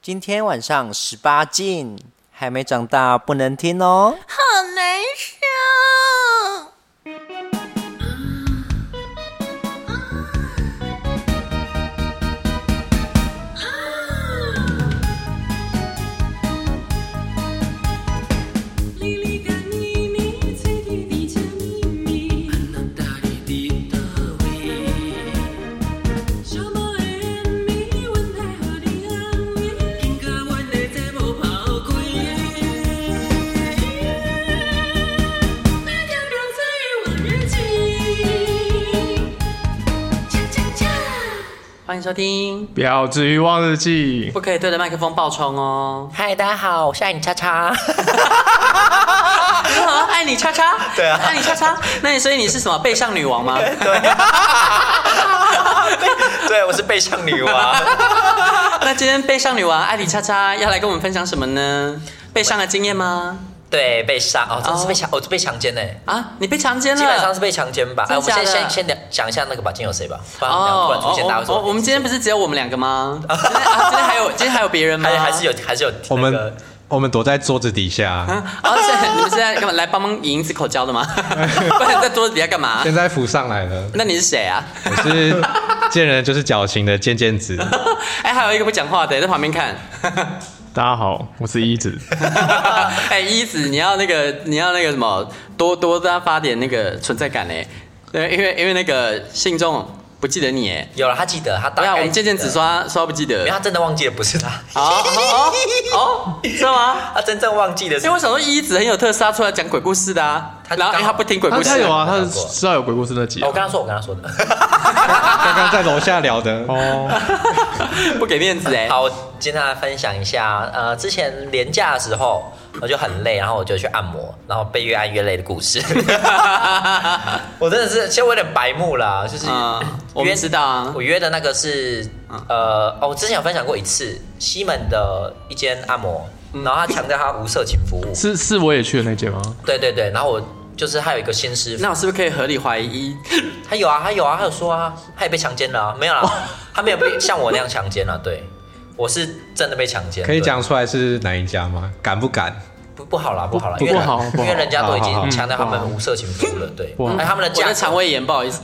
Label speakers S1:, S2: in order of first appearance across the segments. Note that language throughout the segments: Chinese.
S1: 今天晚上十八禁，还没长大不能听哦。
S2: 好难受。
S3: 哩哩个咪咪，嘴里滴着咪咪。那大里滴到位。小猫儿咪，温暖好的安慰，听歌我内在无跑开。那阳光在往日去，恰恰恰。欢迎收听，
S4: 《婊子欲望日记》
S3: 不可以对着麦克风爆 冲哦。
S1: 嗨，大家好，我是爱你叉 叉。
S3: 如何爱你叉叉？
S1: 对啊
S3: 爱你叉叉。那你所以你是什么背上女王 吗？
S1: 对，我是背上女王。
S3: 那今天背上女王爱你叉叉要来跟我们分享什么呢？背上的经验吗？
S5: 对，被杀哦，这是被强，哦，这被强奸嘞，
S3: 啊，你被强奸了？
S5: 基本上是被强奸吧？哎，
S3: 真
S5: 我
S3: 的哦
S5: 们先
S3: 假的
S5: 先先聊讲一下那个吧，今天有谁吧？不然突然出现，大家会
S3: 我
S5: 说
S3: 哦我我们今天不是只有我们两个 吗？今天啊今天还有今天还有别人吗？
S5: 哎还还 是有还是有
S4: 我
S5: 那
S4: 们
S5: 个啊
S4: 我们躲在桌子底下，
S3: 而且你们哦是在干嘛？来帮忙影子口交的吗？ 不然在桌子底下干 嘛？
S4: 现在浮上来了。
S3: 那你是谁啊？
S4: 我是见人就是矫情的尖尖子。
S3: 哎，还有一个不讲话的在旁边看。
S4: 大家好，我是一子。
S3: 哎，一子，你要那个，你要那个什么，多多大家发点那个存在感嘞。对，因为因为那个信众不记得你哎。
S5: 有了，他记得，他大
S3: 对啊，我
S5: 概
S3: 们渐渐
S5: 记得
S3: 只，刷刷不记得
S5: 因为。他真的忘记了，不是他，
S3: 好，好，哦，知道吗？
S5: 他真正忘记的
S3: 因为
S5: 是
S3: 我想说一子很有特色，他出来讲鬼故事的啊。
S5: 他
S3: 然后因为他不听鬼故
S4: 他
S3: 事
S4: 他有
S3: 啊，
S4: 啊，他知道有鬼故事那集啊
S5: 哦我，跟他说，我跟他说的。
S4: 刚刚在楼下聊的。哦，
S3: 不给面子哎。
S5: 好，我今天来分享一下，呃，之前廉假的时候我就很累，然后我就去按摩，然后被越按越累的故 事。我真的是，其实我有点白目啦，就是、
S3: 嗯我们知道啊
S5: 我约的那个是，呃，哦，我之前有分享过一次西门的一间按摩，
S3: 嗯
S5: 然后他强调他无色情服务，
S4: 是是，我也去的那间吗？
S5: 对对对，然后我就是他有一个新师傅，
S3: 那我是不是可以合理怀疑？
S5: 他有啊，他有啊，他有说啊，他也被强奸了、啊，没有啦，
S3: 哦
S5: 他没有被 像我那样强奸啊，对。我是真的被强奸，
S4: 可以
S5: 对
S4: 讲出来是哪一家吗？敢不敢？
S5: 不不好啦，不好啦，
S4: 不
S5: 因为
S4: 不好不
S5: 因
S4: 好
S5: 为人家都已
S4: 好好
S5: 经
S4: 好
S5: 强调他们无色情服务了，对，
S4: 不好
S5: 哎，他们的
S3: 我
S5: 价
S3: 的
S5: 格
S3: 肠胃炎，不好意思。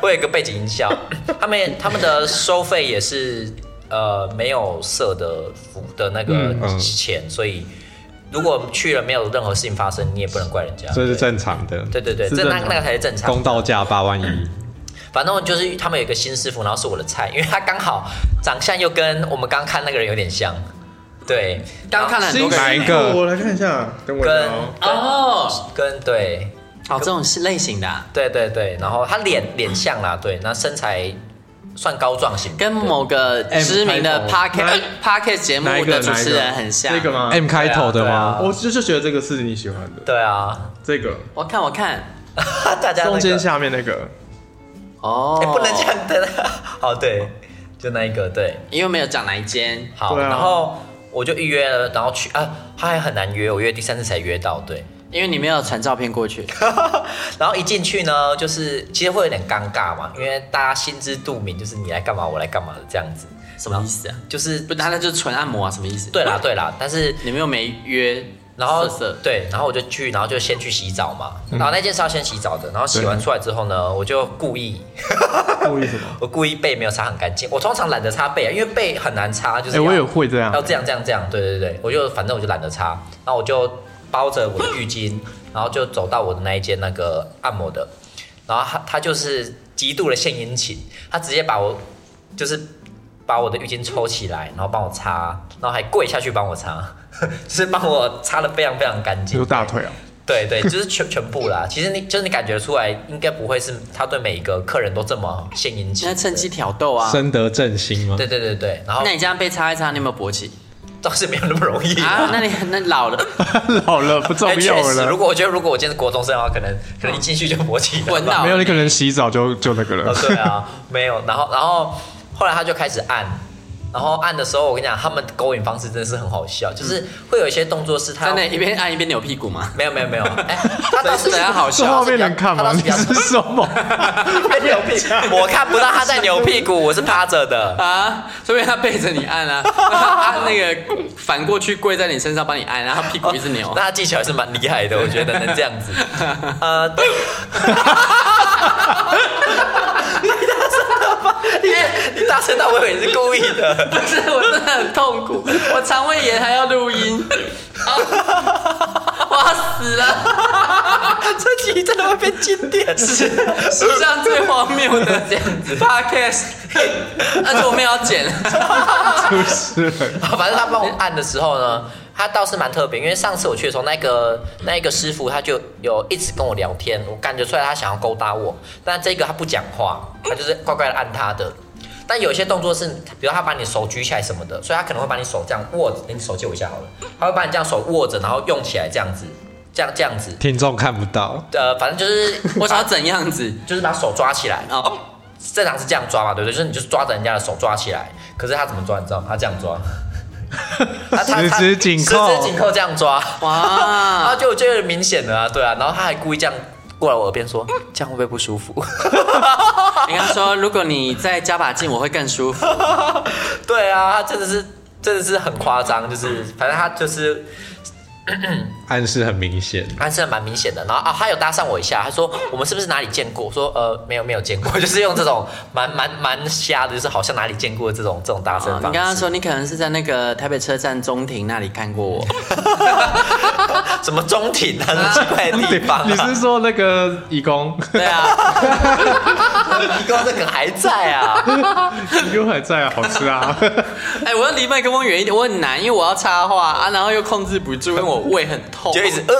S5: 我有一个背景音效，他们他们的收费也是呃没有色的服的那个
S4: 嗯嗯
S5: 钱，所以如果去了没有任何事情发生，你也不能怪人家，
S4: 这是
S5: 对
S4: 正常的。
S5: 对对对，
S4: 是
S5: 这那
S4: 正常
S5: 那个才是正常的
S4: 公道价八万一，
S5: 反正就是他们有一个新师傅，然后是我的菜，因为他刚好长相又跟我们刚看那个人有点像，对，
S3: 刚看了很多个
S4: 哪
S3: 人
S4: 一个？
S6: 来看一下，等我
S5: 跟
S3: 哦，
S5: 跟对。
S3: 哦，这种是类型的啊，
S5: 对对对，然后他脸脸像啦，对，那身材算高壮型，
S3: 跟某个知名的
S6: M
S3: podcast
S6: 开
S3: podcast 节目
S6: 哪一
S3: 的
S6: 个？
S3: 主
S6: 哪一
S3: 持
S6: 个？
S3: 人很像
S6: 这。个吗？哎
S4: M 开头的
S5: 啊
S4: 吗？
S6: 我就就觉得这个是你喜欢的，
S5: 对啊，
S6: 这个
S3: 我看，我看。
S5: 大啊家、那个
S6: 中间下面那个，
S3: 哦
S5: 哎、，不能这样的， 哦对，就那一个对，
S3: 因为没有讲哪一间。
S5: 好，
S6: 对啊
S5: 然后我就预约了，然后去啊，他还很难约，我约第三次才约到，对，
S3: 因为你没有传照片过 去，
S5: 然后一进去呢，就是其实会有点尴尬嘛，因为大家心知肚明，就是你来干嘛，我来干嘛的这样子，
S3: 什么意思啊？
S5: 就是
S3: 不，他那就是纯按摩啊，什么意思？
S5: 对啦对啦，但是
S3: 你们又没约，
S5: 然后
S3: 色色
S5: 对，然后我就去，然后就先去洗澡嘛。然后那件是要先洗澡的，然后洗完出来之后呢，我就故意，
S6: 故意什么？
S5: 我故意背没有擦很干净。我通常懒得擦背啊，因为背很难擦，就是
S6: 哎，
S5: 要、
S6: 我也会这样
S5: 要，这样这样这样。对对对，我就反正我就懒得擦，然后我就包着我的浴巾，然后就走到我的那一间那个按摩的，然后他他就是极度的献殷勤，他直接把我就是把我的浴巾抽起来，然后帮我擦，然后还跪下去帮我擦， 就是帮我擦的非常非常干净
S6: 有。大腿啊，
S5: 对对，就是全全部啦。其实你就是你感觉出来，应该不会是他对每一个客人都这么献殷勤
S3: 现在。趁机挑逗啊。
S4: 深得正心吗？
S5: 对对对对，然后
S3: 那你这样被插一插，你有没有勃 起
S5: 倒是没有那么容易
S3: 啊？那你那老 了，
S6: 老了不重
S5: 哎确
S6: 要
S5: 实，如
S6: 了，
S5: 果我觉得如果我今天是国中生的话，可能可能一进去就勃起了。
S3: 闻到
S6: 没有你 可能洗澡就就那个了
S5: 哦，，对啊，没有。然后然后后来他就开始按，然后按的时候，我跟你讲，他们勾引方式真的是很好笑，就是会有一些动作是他
S3: 在那一边按一边扭屁股吗？
S5: 没有没有没有，哎、他
S3: 这
S5: 倒
S3: 是
S5: 是
S3: 怎样好
S6: 这画
S3: 笑？
S6: 面能看吗？
S5: 他倒
S6: 你
S5: 是比较
S6: 是什么？
S5: 扭屁股，我看不到他在扭屁股，我是趴着的。
S3: 啊，说明他背着你按 啊，他按那个反过去跪在你身上帮你按，然后他屁股一直扭
S5: 那。他技巧还是蛮厉害的，我觉得能这样 子。呃，对，你大声到吧？你你大声到我以为你是故意的。
S3: 不是，我真的很痛苦，我肠胃炎还要录音，啊、我要死了！
S5: 这集真的会被禁电视。
S3: 史上最荒谬的 podcast，而且我没有要剪，
S6: 不是人，
S5: 反正他帮我按的时候呢，他倒是蛮特别，因为上次我去的时候，那个那一个师傅他就有一直跟我聊天，我感觉出来他想要勾搭我，但这个他不讲话，他就是乖乖的按他的。但有些动作是，比如他把你手举起来什么的，所以他可能会把你手这样握着，你手借我一下好了，他会把你这样手握着，然后用起来这样子，这样这样子，
S4: 听众看不到，
S5: 呃，反正就是
S3: 我想要怎样子？
S5: 就是把手抓起来，
S3: 哦，
S5: 正常是这样抓嘛，对不对？就是你就是抓着人家的手抓起来，可是他怎么抓？你知道吗？他这样 抓，他他
S4: 十
S5: 他
S4: 指紧
S5: 十指
S4: 扣
S5: 紧扣这样抓，然后
S3: 哇，
S5: 就我觉得很明显的啊，对啊，然后他还故意这样过来我耳边说，这样会不会不舒服？
S3: 应该说，如果你再加把劲，我会更舒服。
S5: 对啊，他真的是真的是很夸张，就是反正他就是
S4: 暗示很明显。
S5: 还是蛮明显的。然后啊，他有搭讪我一下，他说我们是不是哪里见过？我说呃没有没有见过， 就是用这种蛮蛮蛮瞎的，就是好像哪里见过的这种这种搭讪
S3: 哦
S5: 方式。
S3: 你刚刚说你可能是在那个台北车站中庭那里看过 我，
S5: 什么中庭啊，什么奇怪的地方、 啊？
S6: 你是说那个义工？
S3: 对啊，
S5: 你哥这个还在啊？
S6: 义工还在啊，好吃啊！
S3: 哎、我要离麦克风远一点，我很难，因为我要插话啊，然后又控制不住，因为我胃很痛，
S5: 就一直呃，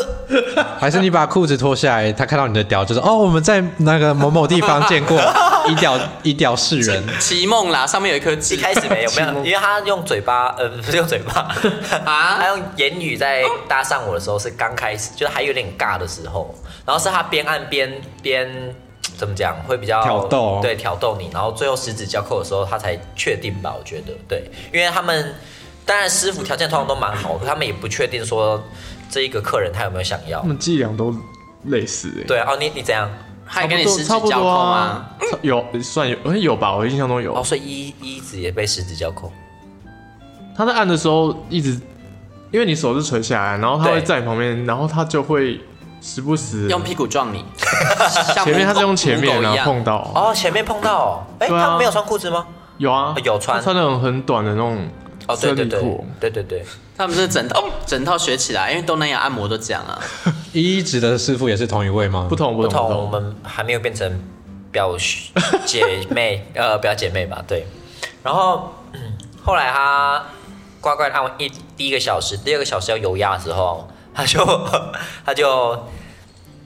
S4: 还是你把裤子脱下来，他看到你的屌，就说：“哦，我们在那个某某地方见 过，以屌以屌示人。
S3: 奇梦啦，上面有一颗
S5: 一
S3: 痣。
S5: 开始没有 没有，因为他用嘴巴，呃， 不是用嘴巴
S3: 啊
S5: 他用言语在搭讪我的时候是刚开始，就是还有点尬的时候，然后是他边按边边怎么讲会比较
S4: 挑逗
S5: 对挑逗你，然后最后十指交扣的时候他才确定吧，我觉得对，因为他们当然师傅条件通常都蛮好的，他们也不确定说这一个客人他有没有想要
S6: 他，们伎俩都类似哎、
S5: 对哦，你你怎样？
S3: 还跟你十指
S6: 差
S3: 交
S6: 不
S3: 扣
S6: 多
S3: 吗？
S6: 啊，差有算有，哎有吧？我印象中有
S5: 哦，。所以一一直也被十指交扣。
S6: 他在按的时候一直，因为你手是垂下来，然后他
S5: 对
S6: 会在你旁边，然后他就会时不
S5: 嗯
S6: 时
S3: 用屁股撞 你，
S6: 前面他是用前面
S3: 然
S6: 然
S3: 后
S6: 后碰到。
S5: 哦，前面碰到、哦，哎、
S6: 对啊
S5: 他没有穿裤子吗？
S6: 有啊
S5: 哦，有穿
S6: 他穿那种很短的那种
S5: 哦，对
S6: 生
S5: 对
S6: 理
S5: 对
S6: 裤，，
S5: 对对对，
S3: 他们是整套哦整套学起来，因为东南亚按摩都这样啊。”
S4: 一一指的师傅也是同一位吗？
S6: 不，同
S5: 不
S6: 不
S5: 同
S6: 同
S5: 我们还没有变成表兄 姐妹，呃，表姐妹吧，对。然后、 嗯后来他乖乖地按完一第一个小时，第二个小时要油压的时候，他就 他就。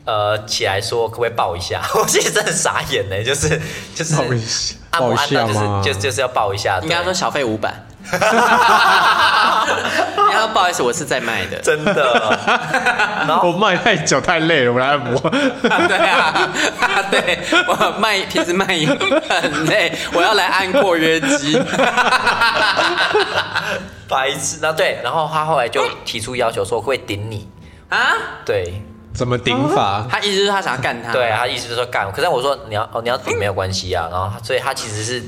S5: 呃，起来说可不可以抱一下？ 我其实真的傻眼呢，就是就是
S6: 抱
S4: 啊
S6: 一下
S5: 按摩
S4: 抱一
S5: 按
S4: 下
S5: 到就是
S4: 吗
S5: 就是就是要抱一下，
S3: 应该
S5: 对
S3: 说小费五百。然后不好意思，我是在卖的。
S5: 真的，然后
S6: 我卖太久太累了，我来按摩。
S3: 对啊， 对我卖平时卖淫很累，我要来按括约肌。
S5: 白痴，那对，然后他后来就提出要求说会顶你，
S3: 啊，
S5: 对
S4: 怎么顶法？
S3: 他意思就是他想要干他。
S5: 对，，他意思就是说干，可是我说你要哦你要顶没有关系啊，然后他所以他其实是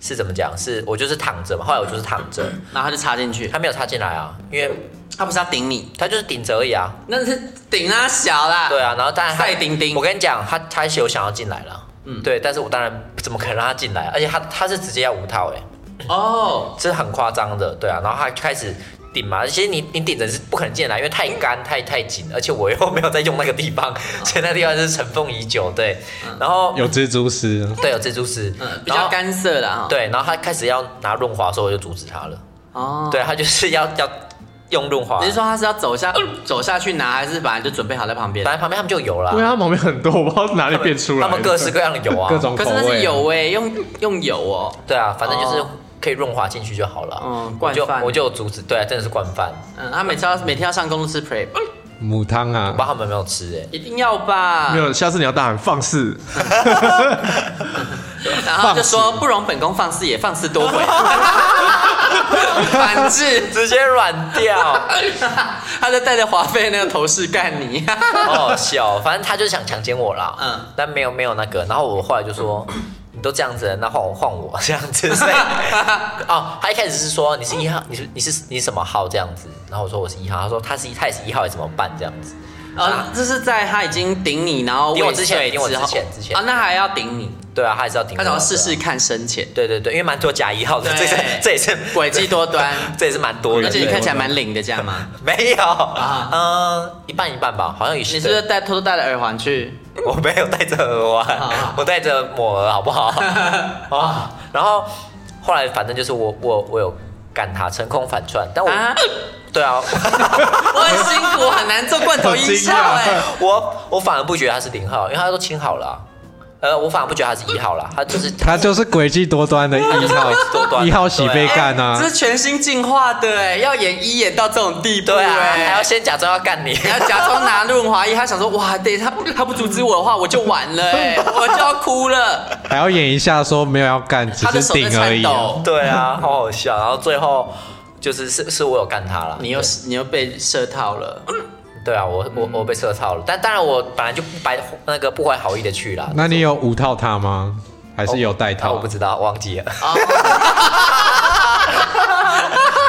S5: 是怎么讲？是我就是躺着嘛，后来我就是躺着，
S3: 然后他就插进去，
S5: 他没有插进来啊，因为
S3: 他不是要顶你，
S5: 他就是顶着而已啊，
S3: 那是顶他小啦。
S5: 对，啊，然后当然他
S3: 赛丁丁
S5: 我跟你讲，他他是有想要进来了，嗯，对，但是我当然怎么可能让他进来？而且他他是直接要五套哎、欸
S3: 哦，
S5: 这是很夸张的，对啊，然后他开始顶嘛，其实你你顶着是不可能进来，因为太
S3: 嗯
S5: 干太太紧，而且我又没有在用那个地方， 所以那地方是尘封已久，对，然后
S4: 有蜘蛛丝，
S5: 对有蜘蛛丝，
S3: 嗯，比
S5: 然
S3: 较
S5: 后，
S3: 干涩啦。哈。，
S5: 对，然后他开始要拿润滑的时候，我就阻止他了，
S3: 哦，
S5: 对他就是要要用润滑
S3: 你，是说他是要走下呃走下去拿，还是本来就准备好在旁边？
S5: 反正旁边他们就有啦
S6: 因为，他旁边很多，我不知道哪里啊变出来
S5: 他
S6: 的。
S5: 们各式各样的油啊，
S4: 各种
S3: 可
S4: 口
S3: 是那是
S4: 味。
S3: 油哎、用用油哦。
S5: 对啊，反正就是
S3: 哦
S5: 可以润滑进去就好了，
S3: 嗯
S5: 我就
S3: 惯犯
S5: 我就阻止，对啊，真的是惯犯，
S3: 嗯，他每次要每天要上公路吃 prep，呃
S4: 母汤
S5: 我不知
S4: 啊，
S5: 道他们有没有 吃哎、
S3: 一定要吧
S6: 没？有，下次你要大喊放肆，
S3: 然后就说不容本宫放肆也放肆多回，反制，
S5: 直接软掉，
S3: 他在带着华妃那个头饰干你，
S5: 好好笑。哦反正他就想强奸我啦，
S3: 嗯
S5: 嗯，但没有没有那个。然后我后来就 说，你都这样子了，那换我换我这样 子。所以哦，他一开始是说你是一号，你是你是你什么号这样子。然后我说我是一号，他说他是一，他也是一号，怎么办这样子？
S3: 呃，这是在他已经顶你，然后
S5: 顶我
S3: 未
S5: 之前
S3: 遂
S5: 顶我之
S3: 后
S5: 前之前
S3: 啊，那还要顶你，
S5: 对啊，他也是要顶。
S3: 他想要试试。看深浅，
S5: 对对对，因为蛮多假一号的，
S3: 对
S5: 这是这也是
S3: 诡计多端，
S5: 这也是蛮多的。
S3: 而且你
S5: 对
S3: 看起来蛮领的，这样 吗？
S5: 没有
S3: 啊
S5: 啊？嗯、一半一半吧，好像也是。
S3: 你是不是戴偷偷戴了耳环去？
S5: 我没有戴着耳 环
S3: 好好，
S5: 我戴着抹额，好 不好？啊，然后后来反正就是我我我有干他，成功反串，但我、
S3: 啊，
S5: 对啊，
S3: 我很辛苦，很难做罐头音效
S4: 好惊
S3: 哎。
S5: 我我反而不觉得他是零号，因为他都清好了啊、呃，我反而不觉得他是一号啦，他就是
S4: 他就是诡计多端的一号
S5: 多端，的
S4: 一号喜被干啊
S3: 这！是全新进化的哎，要演一演到这种地步
S5: 对啊，
S3: 哎
S5: 还要先假装要干你，
S3: 然后假装拿润滑液，他想说哇，对他他不阻止我的话，我就完了 哎，我就要哭了。
S4: 还要演一下说没有要干，只
S3: 他的
S4: 是
S3: 手在
S4: 顶而
S3: 颤
S4: 已啊。
S3: 抖，
S5: 对啊，好好笑。然后最后就是是是我有干他了，
S3: 你又你又被射套了，
S5: 对啊，我
S3: 嗯
S5: 我我被射套了，但当然我本来就不白那个不怀好意的去啦，
S4: 那你有五套他吗？还是有带
S5: 啊
S3: 哦
S4: 套？
S5: 我不知道，忘记了。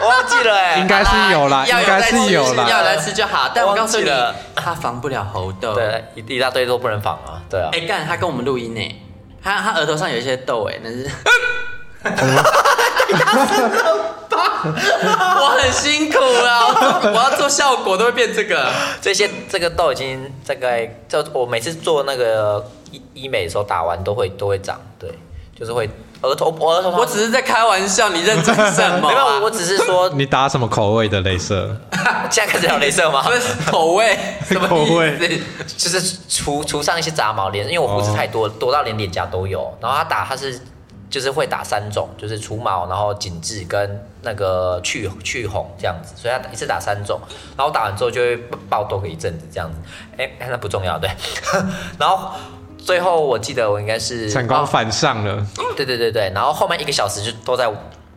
S5: 忘记了哎、
S4: 应该是有 啦，
S3: 要
S4: 应该是有
S3: 来吃要
S4: 啦。
S3: 来吃就好。但我告诉
S5: 忘
S3: 你
S5: 记了，
S3: 他防不了猴痘。
S5: 对一一大堆都不能仿啊，对啊。
S3: 哎干，他跟我们录音呢，他他额头上有一些痘哎，那是。我很辛苦啊，我做我要做效果都会变这个。
S5: 这些这个痘已经大概，就我每次做那个医医美的时候打完都会都会长，对，就是会额头我额头上
S3: 我只是在开玩笑，你认真什么、
S5: 没有，我
S3: 啊？
S5: 只是 说
S4: 你打什么口味的镭射？
S5: 现在开始聊镭射吗？
S3: 不是口味，什么
S4: 口味
S3: 意思
S5: 就是除除上一些杂毛脸，因为我
S4: 哦
S5: 胡子太多，多到连脸颊都有。然后他打他是就是会打三种，就是除毛，然后紧致跟那个去去红这样子，所以他一次打三种。然后打完之后就会爆痘个一阵子这样子。哎、那不重要对。 然后最后我记得我应该是哦
S4: 成功反上了，
S5: 对对对对，然后后面一个小时就都在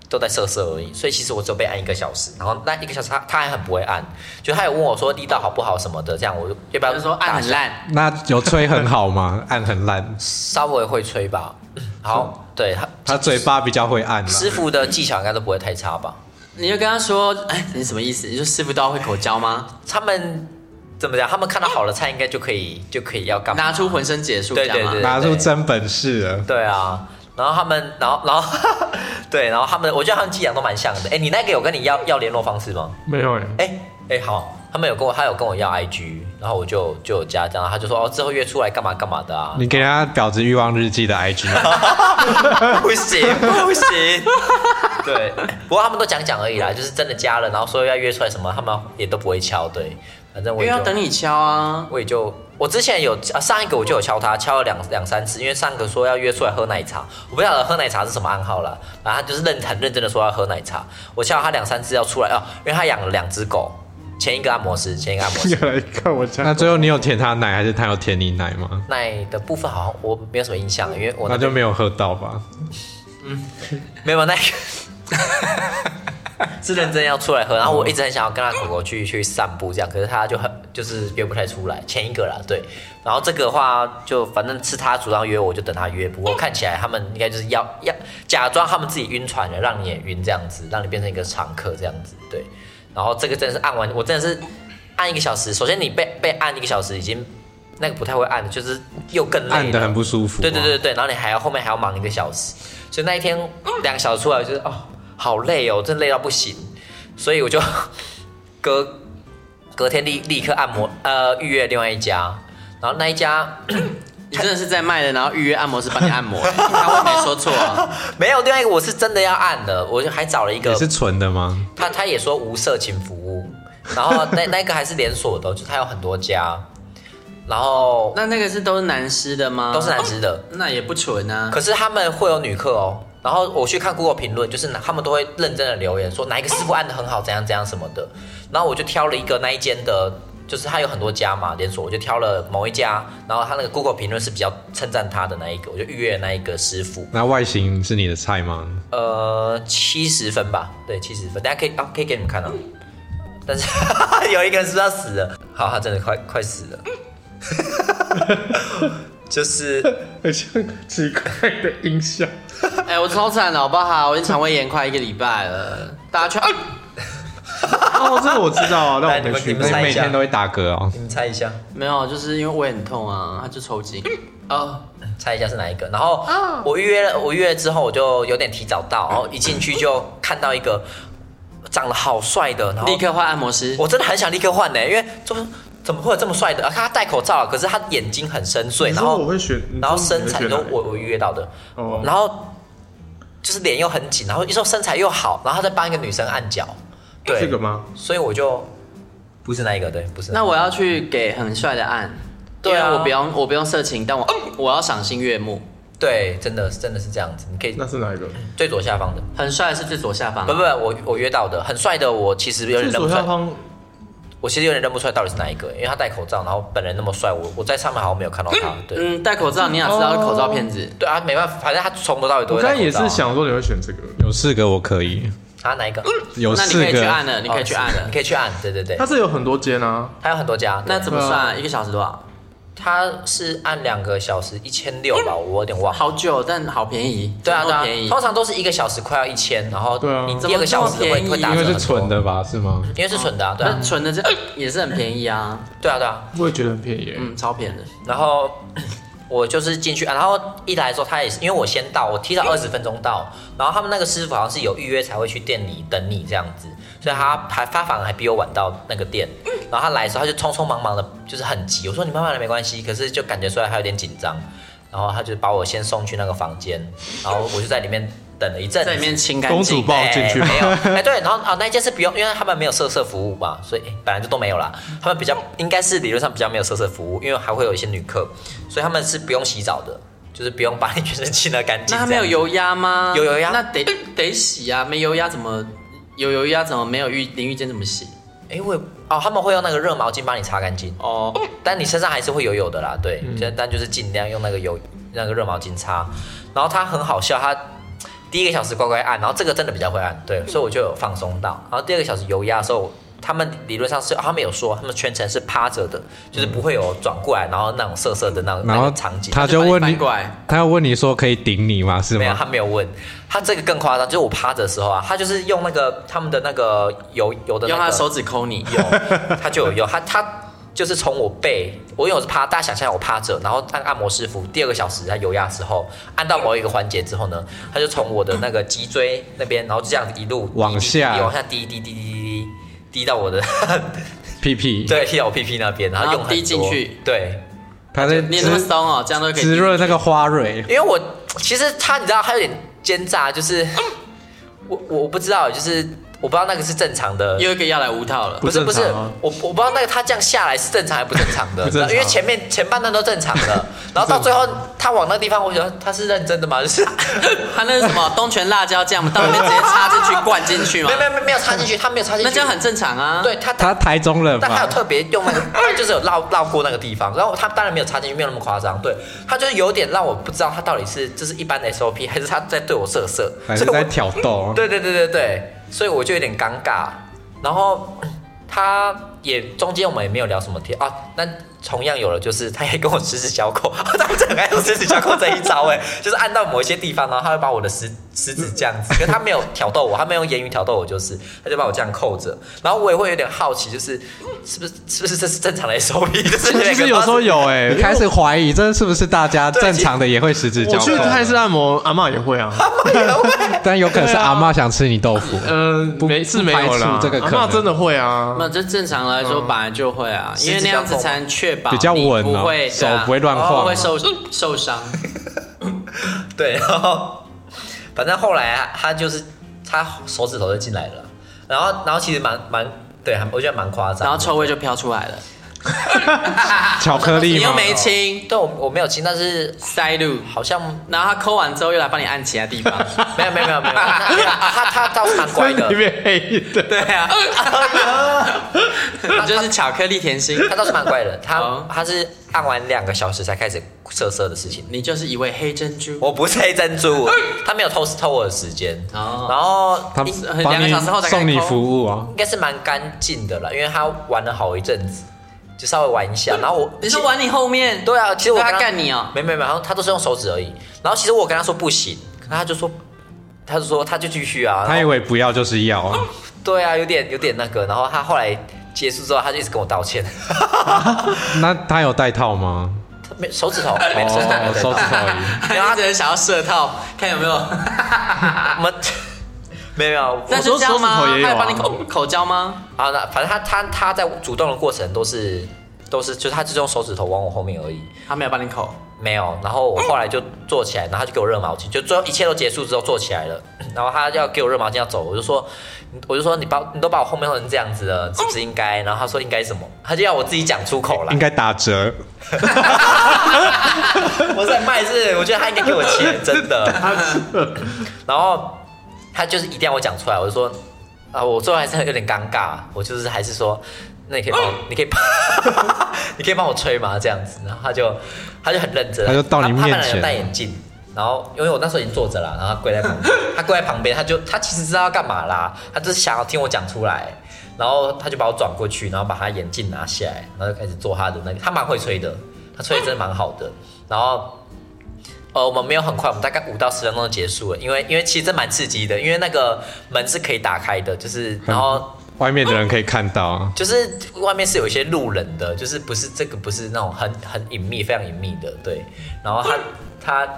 S5: 都在色色而已，所以其实我只有被按一个小时，然后那一个小时他他还很不会按，就他有问我说力道好不好什么的，这样我就要不要
S3: 就说按很烂，
S4: 那有吹很好吗？ 按很烂，
S5: 稍微会吹吧。好，对他
S4: 他嘴巴比较会按啦。
S5: 师傅的技巧应该都不会太差吧？
S3: 你就跟他说，哎，你什么意思？你说师傅都要会口交吗？
S5: 他们怎么讲？他们看到好的菜应该就可以就可以要干嘛？
S3: 拿出浑身解数，
S5: 对
S3: 这样吗？
S5: 对对
S4: 拿出真本事了。
S5: 对啊，然后他们，然后然后 对，然后他们，我觉得他们伎俩都蛮像的。哎，你那个有跟你要要联络方式吗？
S6: 没有哎、
S5: 哎哎好，他们有跟我，他有跟我要 IG，然后我就就有加这样，他就说哦之后约出来干嘛干嘛的啊，
S4: 你给他婊子欲望日记的 IG，
S5: 不行不行， 对，不过他们都讲讲而已啦，就是真的加了，然后说要约出来什么，他们也都不会敲，对，反正
S3: 因
S5: 我
S3: 为
S5: 也就
S3: 要等你敲啊。
S5: 我也就我之前有啊上一个我就有敲他，敲了两两三次，因为上一个说要约出来喝奶茶，我不晓得喝奶茶是什么暗号了，然后他就是认很认真的说要喝奶茶，我敲了他两三次要出来哦，因为他养了两只狗，前一个按摩师，前一个按摩 师。
S6: 又来看我家
S4: 那最后你有舔他奶还是他有舔你奶吗？
S5: 奶的部分好像我没有什么印象，因为我
S4: 那
S5: 那
S4: 就
S5: 就
S4: 没有喝到吧？
S5: 没有那个是认真要出来喝，然后
S4: 嗯
S5: 我一直很想要跟他狗狗去去散步这样，可是他就很就是约不太出来，前一个啦对，然后这个的话就反正是他主张约我就等他约，不过看起来他们应该就是要要假装他们自己晕船了，让你也晕这样子，让你变成一个常客这样子对，然后这个真的是按完我真的是按一个小时，首先你被被按一个小时已经。那个不太会按，就是又更累了，
S4: 按的很不舒服。
S5: 对对对，对，然后你还要后面还要忙一个小时，所以那一天两个小时出来我就是哦，好累哦，真累到不行，所以我就 隔隔天立立刻按摩呃预约另外一家，然后那一家
S3: 你真的是在卖的，然后预约按摩师帮你按 摩，他会没说错啊。
S5: 没有另外一个我是真的要按的，我就还找了一
S4: 也
S5: 个
S4: 是纯的吗？
S5: 他他也说无色情服务，然后那那个还是连锁的哦，就他有很多家，然后
S3: 那那个是都是男师的吗？
S5: 都是男师的。
S3: 那也不纯啊。
S5: 可是他们会有女客哦。然后我去看 Google 评论，就是他们都会认真的留言说哪一个师傅按的很好，怎样怎样什么的。然后我就挑了一个那一间的就是它有很多家嘛连锁，我就挑了某一家，然后它那个 Google 评论是比较称赞它的那一个，我就预约那一个师傅，
S4: 那外形是你的菜吗？
S5: 呃，七十分吧，对，七十分，大家可以啊，可以给你们看到、但是 有一个人是不是要死了？好，他真的快快死了， 就是
S6: 很像奇怪的音效。
S3: 哎、我超惨的好不好？我已经肠胃炎快一个礼拜了，大家去、啊
S6: 哦，这个我知道啊，但我没
S5: 来
S6: 去
S5: 你
S6: 过
S5: 们。
S4: 那
S5: 猜
S4: 你
S5: 一
S4: 每
S5: 下
S4: 天都会打嗝哦。
S5: 你们猜一下，
S3: 没有，就是因为胃很痛啊，他就抽筋。哦，
S5: 猜一下是哪一个？然后我预约了，我预约了之后我就有点提早到，然后一进去就看到一个长得好帅的，然后
S3: 立刻换按摩师。
S5: 我真的很想立刻换呢、因为就是怎么会有这么帅的？啊，他戴口罩了，可是他眼睛很深邃，
S6: 你
S5: 然
S6: 说
S5: 后
S6: 我会选你
S5: 然后
S6: 说你
S5: 身
S6: 会
S5: 材
S6: 选
S5: 都
S6: 哪一个
S5: 我我预约到的，
S6: 哦
S5: 然后就是脸又很紧，然后一说身材又好，然后他在帮一个女生按脚，对
S6: 这个吗？
S5: 所以我就不是那一个，对，不是
S3: 那
S5: 我
S3: 我要去给很帅的按，
S5: 对啊嗯
S3: 因为我不用我不用色情，但我、我要赏心悦目。
S5: 对，真的真的是这样子，你可以
S6: 那是哪一 个？
S5: 最左下方的，
S3: 很帅是最左下方、
S5: 不不，我我约到的很帅的，我其实有
S6: 最
S5: 点认
S6: 左
S5: 不出
S6: 下
S5: 来，
S6: 方
S5: 我其实有点认不出来到底是哪一个，欸因为他戴口罩，然后本人那么帅，我我在上面好像没有看到他，对。
S3: 嗯，戴口罩，你想知
S4: 哦
S3: 道是口罩骗子？
S5: 对啊，没办法，反正他从头到尾都
S6: 我
S5: 会
S6: 刚
S5: 戴
S6: 才
S5: 口罩啊。
S6: 也是想说你会选这个，
S4: 有四个我可以，
S5: 啊，哪一个？
S4: 有
S3: 那你
S4: 四
S3: 可以去按嗯
S4: 个
S3: 了，你可以去按
S5: 哦
S3: 了
S5: 你。可以去按，对对对
S6: 它，是有很多间啊，
S5: 它有很多家。
S3: 那
S5: 那
S3: 怎么
S4: 啊
S3: 算？一个小时多少？
S5: 它是按两个小时一千六吧，我有点
S3: 嗯
S5: 忘。
S3: 好久，但好便宜。
S5: 对啊
S3: 怎么那
S5: 对
S3: 么
S5: 啊
S3: 便，宜。
S5: 通常都是一个小时快要一千，然后
S6: 对啊
S5: 你第二个小时会
S3: 怎么这么便宜
S5: 会打
S4: 因
S5: 折
S4: 为
S5: 很
S4: 是
S5: 多
S4: 纯，的吧？是吗？
S5: 因为是纯的啊，对
S3: 那
S5: 啊
S3: 纯的这也是很便宜啊，
S5: 对啊对啊。
S6: 我也觉得很便宜耶。
S3: 嗯，超便宜的。
S5: 然后我就是进去，啊然后一来的时候，他也是因为我先到，我提早二十分钟到，然后他们那个师傅好像是有预约才会去店里等你这样子，所以他还他反而还比我晚到那个店，然后他来的时候他就匆匆忙忙的，就是很急。我说你慢慢来没关系，可是就感觉出来他有点紧张，然后他就把我先送去那个房间，然后我就在里面等了一阵子，
S3: 在里面清干净。
S6: 公主抱进去
S5: 哎
S6: 吗？
S5: 没有，哎、对，然后啊，那一件是不用，因为他们没有色色服务嘛，所以、哎本来就都没有啦。他们比较应该是理论上比较没有色色服务，因为还会有一些女客，所以他们是不用洗澡的，就是不用把你全身清的干净。
S3: 那他没有油压吗？
S5: 有油压
S3: 那得得洗啊，没油压怎么有油压怎么没有浴淋浴间怎么洗？
S5: 这样？哎、我也哦，他们会用那个热毛巾帮你擦干净，
S3: 哦，
S5: 但你身上还是会有油的啦。对，就但就是尽量用那个油那个热毛巾擦。然后他很好笑，他。第一个小时乖乖按，然后这个真的比较会按，对，所以我就有放松到。然后第二个小时油压的时候，他们理论上是他们有说，他们全程是趴着的，就是不会有转过来，然后那种瑟瑟的那种
S4: 然
S5: 那
S4: 后
S5: 个场景。
S4: 他就问
S3: 把你
S4: 你
S3: 翻过来，
S4: 他要问你说可以顶你吗？是
S5: 没有，
S4: 吗
S5: 他？没有问，他这个更夸张，就是我趴着的时候啊，他就是用那个他们的那个油油的、那个，
S3: 用他的手指抠你。
S5: 有，他就有用，他他就是从我背，我因为我是趴，大家想象我趴着，然后按按摩师傅第二个小时在油压的时候，按到某一个环节之后呢，他就从我的那个脊椎那边，然后就这样一路
S4: 往
S5: 滴滴滴
S4: 下
S5: 往下滴滴滴滴滴滴滴到我的
S4: 屁屁，
S5: 对滴到我屁屁那边，然后
S3: 然后
S5: 用很多
S3: 滴进去，
S5: 对，
S4: 他在
S3: 你也那么松
S4: 滋
S3: 哦，这样都可以
S4: 滋润那个花蕊。
S5: 因为我其实他你知道他有点奸诈，就是我我我不知道，就是我不知道那个是正常的，
S3: 又一个要来无套了
S5: 不。是
S6: 不
S5: 不是
S6: 正常啊，
S5: 我我不知道那个他这样下来是正常还不正常的，
S4: 不正常
S5: 因为前面前半段都正常 的，然后到最后他往那地方，我觉得他是认真的吗？就是
S3: 他那是什么东泉辣椒酱，到里面直接插进去灌进去吗
S5: 没有？没有没有没有插进去，他没有插进去，
S3: 那这样很正常啊。，
S5: 对他
S4: 他台中人
S5: 但他
S4: 嘛
S5: 有，特别用那个，他就是有绕绕过那个地方，然后他当然没有插进去，没有那么夸张，对他就是有点让我不知道他到底是这是一般的 SOP 还是他在对我色色，
S4: 反
S5: 所
S4: 正
S5: 以我
S4: 在挑逗。
S5: 对对对对对，所以我就有点尴尬。然后嗯他也中间我们也没有聊什么天啊，那同样有了就是他也跟我十指交扣， 他们真的很爱用十指交扣这一招哎，就是按到某一些地方，然后他会把我的食食指这样子，可是他没有挑逗我，他没有用言语挑逗我，就是他就把我这样扣着，然后我也会有点好奇，就是是不是是不是这是正常的 SOP？就是每个
S4: 其实有时候
S5: 都是
S4: 有哎、
S6: 因为
S4: 开始怀疑这是不是大家
S5: 对
S4: 正常的也会十指
S6: 我
S4: 交扣
S6: 去，泰式按摩，阿嬷也会 啊。
S4: 但有可能是
S3: 啊
S4: 阿妈想吃你 豆腐。
S6: 呃，
S4: 不
S6: 没是没有
S4: 不排
S6: 啦，
S4: 除这个
S6: 阿
S4: 可能
S6: 嬷真的会啊。
S3: 那这正常来说本来就会啊，因为那样子才能确保
S4: 比较稳
S3: 你
S4: 哦
S3: 不会对啊
S4: 手不会乱晃
S3: 不会受嗯受 伤。
S5: 对，然后反正后来啊他就是他手指头就进来了，然后然后其实蛮蛮对，还我觉得蛮夸张的。
S3: 然后臭味就飘出来了。
S4: 巧克力
S3: 你
S4: 吗
S3: 又？没清
S5: 对我我没有亲，但是
S3: 塞入，
S5: 好像
S3: 然后他抠完之后又来帮你按其他地 方。
S5: 没有没有没有没有， 他他他倒是蛮乖的
S6: 里。面黑的，
S5: 对啊，
S3: 你就是巧克力甜心，
S5: 他倒是蛮怪的，他
S3: 哦
S5: 他是按完两个小时才开始色色的事情。
S3: 你就是一位黑珍珠。
S5: 我不是黑珍珠，他没有偷偷我的时间，
S3: 哦
S5: 然后
S4: 他
S5: 应
S3: 很两
S4: 帮
S3: 个
S4: 你
S3: 小时后才开
S4: 送你
S3: 工
S4: 服务啊，
S5: 应该是蛮干净的了，因为他玩了好一阵子，就稍微玩一下，然后我
S3: 你是玩你后面？
S5: 对啊，其实我
S3: 对他
S5: 跟
S3: 干你哦
S5: 没没没，然后他都是用手指而已。然后其实我跟他说不行，可他就说，他就说他就继续啊。
S4: 他以
S5: 然后
S4: 为不要就是要
S3: 哦
S4: 啊，
S5: 对啊，有点有点那个。然后他后来结束之后，他就一直跟我道歉，
S4: 那他有戴套吗？
S5: 他没手指头，没手指头
S4: 哦，手指头而 已。
S3: 然后只是想要射套，看有没 有。
S5: 我们没有没有，
S3: 那是这样吗？
S6: 手指头
S3: 他
S6: 也有
S3: 有
S6: 啊
S3: 帮你口口交吗？
S5: 啊，那反正他他他在主动的过程都是都是，就是他只是用手指头往我后面而已，
S3: 他没有帮你口。
S5: 没有。然后我后来就坐起来，然后他就给我热毛巾，就最后一切都结束之后坐起来了。 然后他要给我热毛巾要走，我就说，我就说你把你都把我后面弄成这样子了，是不是应该？然后他说应该什么，他就要我自己讲出口来
S4: 应。该打折，
S5: 我在卖是，我觉得他应该给我钱，真的。然后他就是一定要我讲出来，我就说啊，我最后还是有点尴尬，我就是还是说，那你可以帮我，你可以帮，你可以帮 我吹吗？这样子，然后他就他就很认真，
S4: 他就到你面前
S5: 他他本来有戴眼镜。然后，因为我那时候已经坐着了，然后他跪在旁边，他跪在旁边，他就他其实知道要干嘛啦，他就是想要听我讲出来，然后他就把我转过去，然后把他眼镜拿下来，然后就开始做他的那个，他蛮会吹的，他吹的真的蛮好的，然后呃，我们没有很快，我们大概五到十分钟就结束了，因为因为其实真蛮刺激的，因为那个门是可以打开的，就是然后
S4: 外面的人可以看到 啊。
S5: 就是外面是有一些路人的，就是不是这个不是那种很很隐秘、非常隐秘的，对。然后他他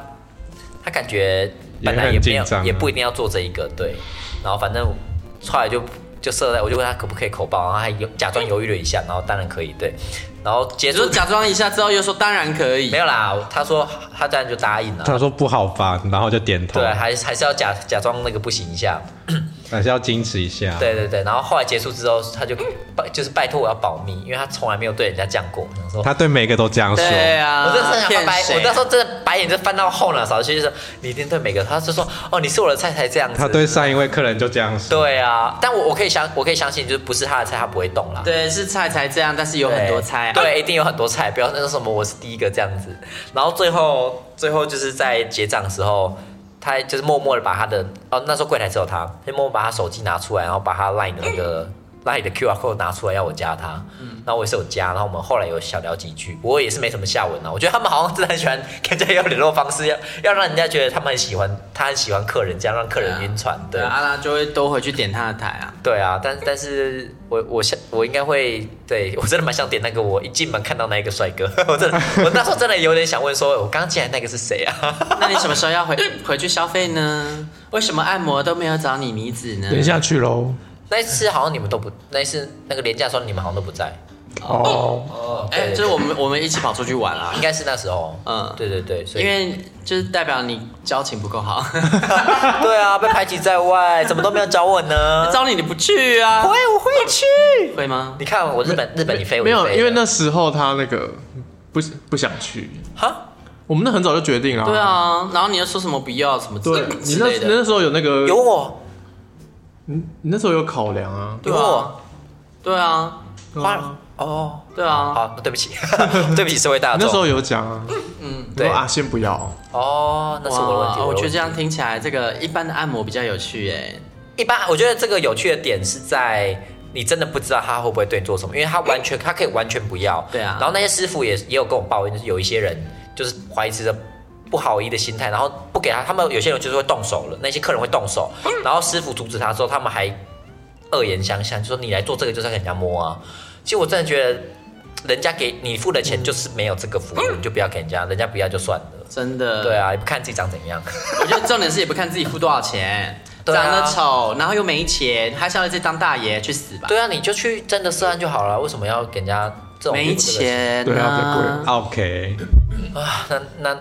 S5: 他感觉本来也没
S4: 也
S5: 有
S4: 很紧张啊
S5: 也不一定要做这一个，对。然后反正后来就就设在，我就问他可不可以口爆，然后他有假装犹豫了一下，然后当然可以，对。然后结
S3: 也
S5: 束
S3: 就假装一下之后又说当然可以
S5: 没。有啦，他说他当然就答应了。
S4: 他说不好吧，然后就点头
S5: 对，，
S3: 啊
S5: 还还是要假假装那个不行一下，
S4: 还是要矜持一下。
S5: 对对对，然后后来结束之后，他
S4: 嗯
S5: 就拜就是拜托我要保密，因为他从来没有对人家这样过。然后说，
S4: 他对每个都这样说，
S3: 对啊，
S5: 我真的是想翻白，
S3: 骗谁
S5: 我那时候真的白眼就翻到后脑勺去，就是你一定对每个，他就说哦你是我的菜才这样子。
S4: 他对上一位客人就这样说。
S5: 对啊，但我我可以相我可以相信，就是不是他的菜，他不会动啦。
S3: 对，是菜才这样，但是有
S5: 对
S3: 很多菜啊。
S5: 对，一定有很多菜，不要那个什么我是第一个这样子。然后最后最后就是在结账的时候，他就是默默的把他的哦，那时候柜台只有他，他默默把他手机拿出来，然后把他 LINE 的那
S3: 嗯
S5: 个 LINE 的 QR code 拿出来要我加他，然后我也是有加，然后我们后来有小聊几句，我也是没什么下文啊。我觉得他们好像真的很喜欢跟人家有联络方式，要要让人家觉得他们很喜欢他很喜欢客人，这样让客人晕船。对
S3: 对，阿拉就会都回去点他的台 啊。
S5: 对啊，但但是我我想我应该会对我真的蛮想点那个，我一进门看到那一个帅哥， 我真的我那时候真的有点想问说，我刚刚进来那个是谁啊？
S3: 那你什么时候要回回去消费呢？为什么按摩都没有找你妮子呢？
S6: 等一，下去喽。
S5: 那一次好像你们都不，那一次那个廉价的时候你们好像都不在，
S6: 哦，
S5: 哦，
S3: 哎、就是我们我们一起跑出去玩啊
S5: 应，该是那时候，嗯
S3: 嗯，
S5: 对对对，所以
S3: 因为就是代表你交情不够 好，
S5: 对啊，被排挤在外，怎么都没有找我 呢？
S3: 找你你不去啊？
S5: 会，我会去。
S3: 会吗？
S5: 你看我日本日本你飞我就
S6: 没有，
S5: 飞了
S6: 因为那时候他那个不不想去，
S5: 哈
S6: 我们那很早就决定了。
S3: 对，啊，然后你又说什么不要什么之
S6: 对你
S3: 之
S6: 那
S3: 类
S6: 你
S3: 的，啊
S6: 那时候有那个
S5: 有问我
S6: 你你那时候有考量啊，
S5: 有
S3: 对
S5: 问
S3: 啊对啊，
S5: 我，
S6: 对
S5: 花
S6: 啊
S5: 哦，
S3: 对啊，
S5: 好，对不起 对不起社会大
S6: 你 那时
S5: 众
S6: 候有讲啊，你
S5: 对
S6: 说啊先不要，
S5: 哦，那是我的问题，
S3: 哇我
S5: 的
S3: 觉得这
S5: 问题
S3: 样听起来，这个一般的按摩比较有趣哎、
S5: 一般我觉得这个有趣的点是在你真的不知道他会不会对你做什么，因为他完全他可以完全不要。
S3: 对啊
S5: 然后那些师傅也也有跟我抱怨，就是有一些人就是怀持着。不好意的心态，然后不给他，他们有些人就是会动手了，那些客人会动手，
S3: 嗯
S5: 然后师傅阻止他之后，他们还恶言相向，就说你来做这个就是要给人家摸啊。其实我真的觉得，人家给你付的钱就是没有这个服务，
S3: 嗯
S5: 你就不要给人家，人家不要就算了。
S3: 真的。
S5: 对，啊，也不看自己长怎样。
S3: 我觉得重点是也不看自己付多少钱，
S5: 对啊
S3: 长得丑，然后又没钱，还想要自己当大爷，去死吧！
S5: 对啊，你就去真的涉案就好了，为什么要给人家这种
S3: 没钱、啊，
S6: 对啊比较贵
S4: OK，
S5: 啊？ 那那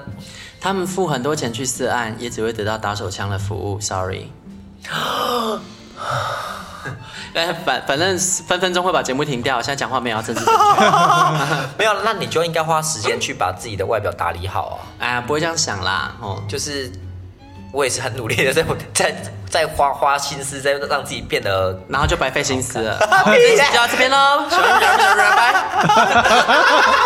S3: 他们付很多钱去涉案，也只会得到打手枪的服务。Sorry。哎，反反正分分钟会把节目停掉。现在讲话没有要政治正确，
S5: 没有，那你就应该花时间去把自己的外表打理好啊。
S3: 哎呀，不会这样想啦。哦，
S5: 就是我也是很努力的在在在花花心思，在让自己变得
S3: 然后就白费心思了。好这一集就到这边喽，小人儿们拜。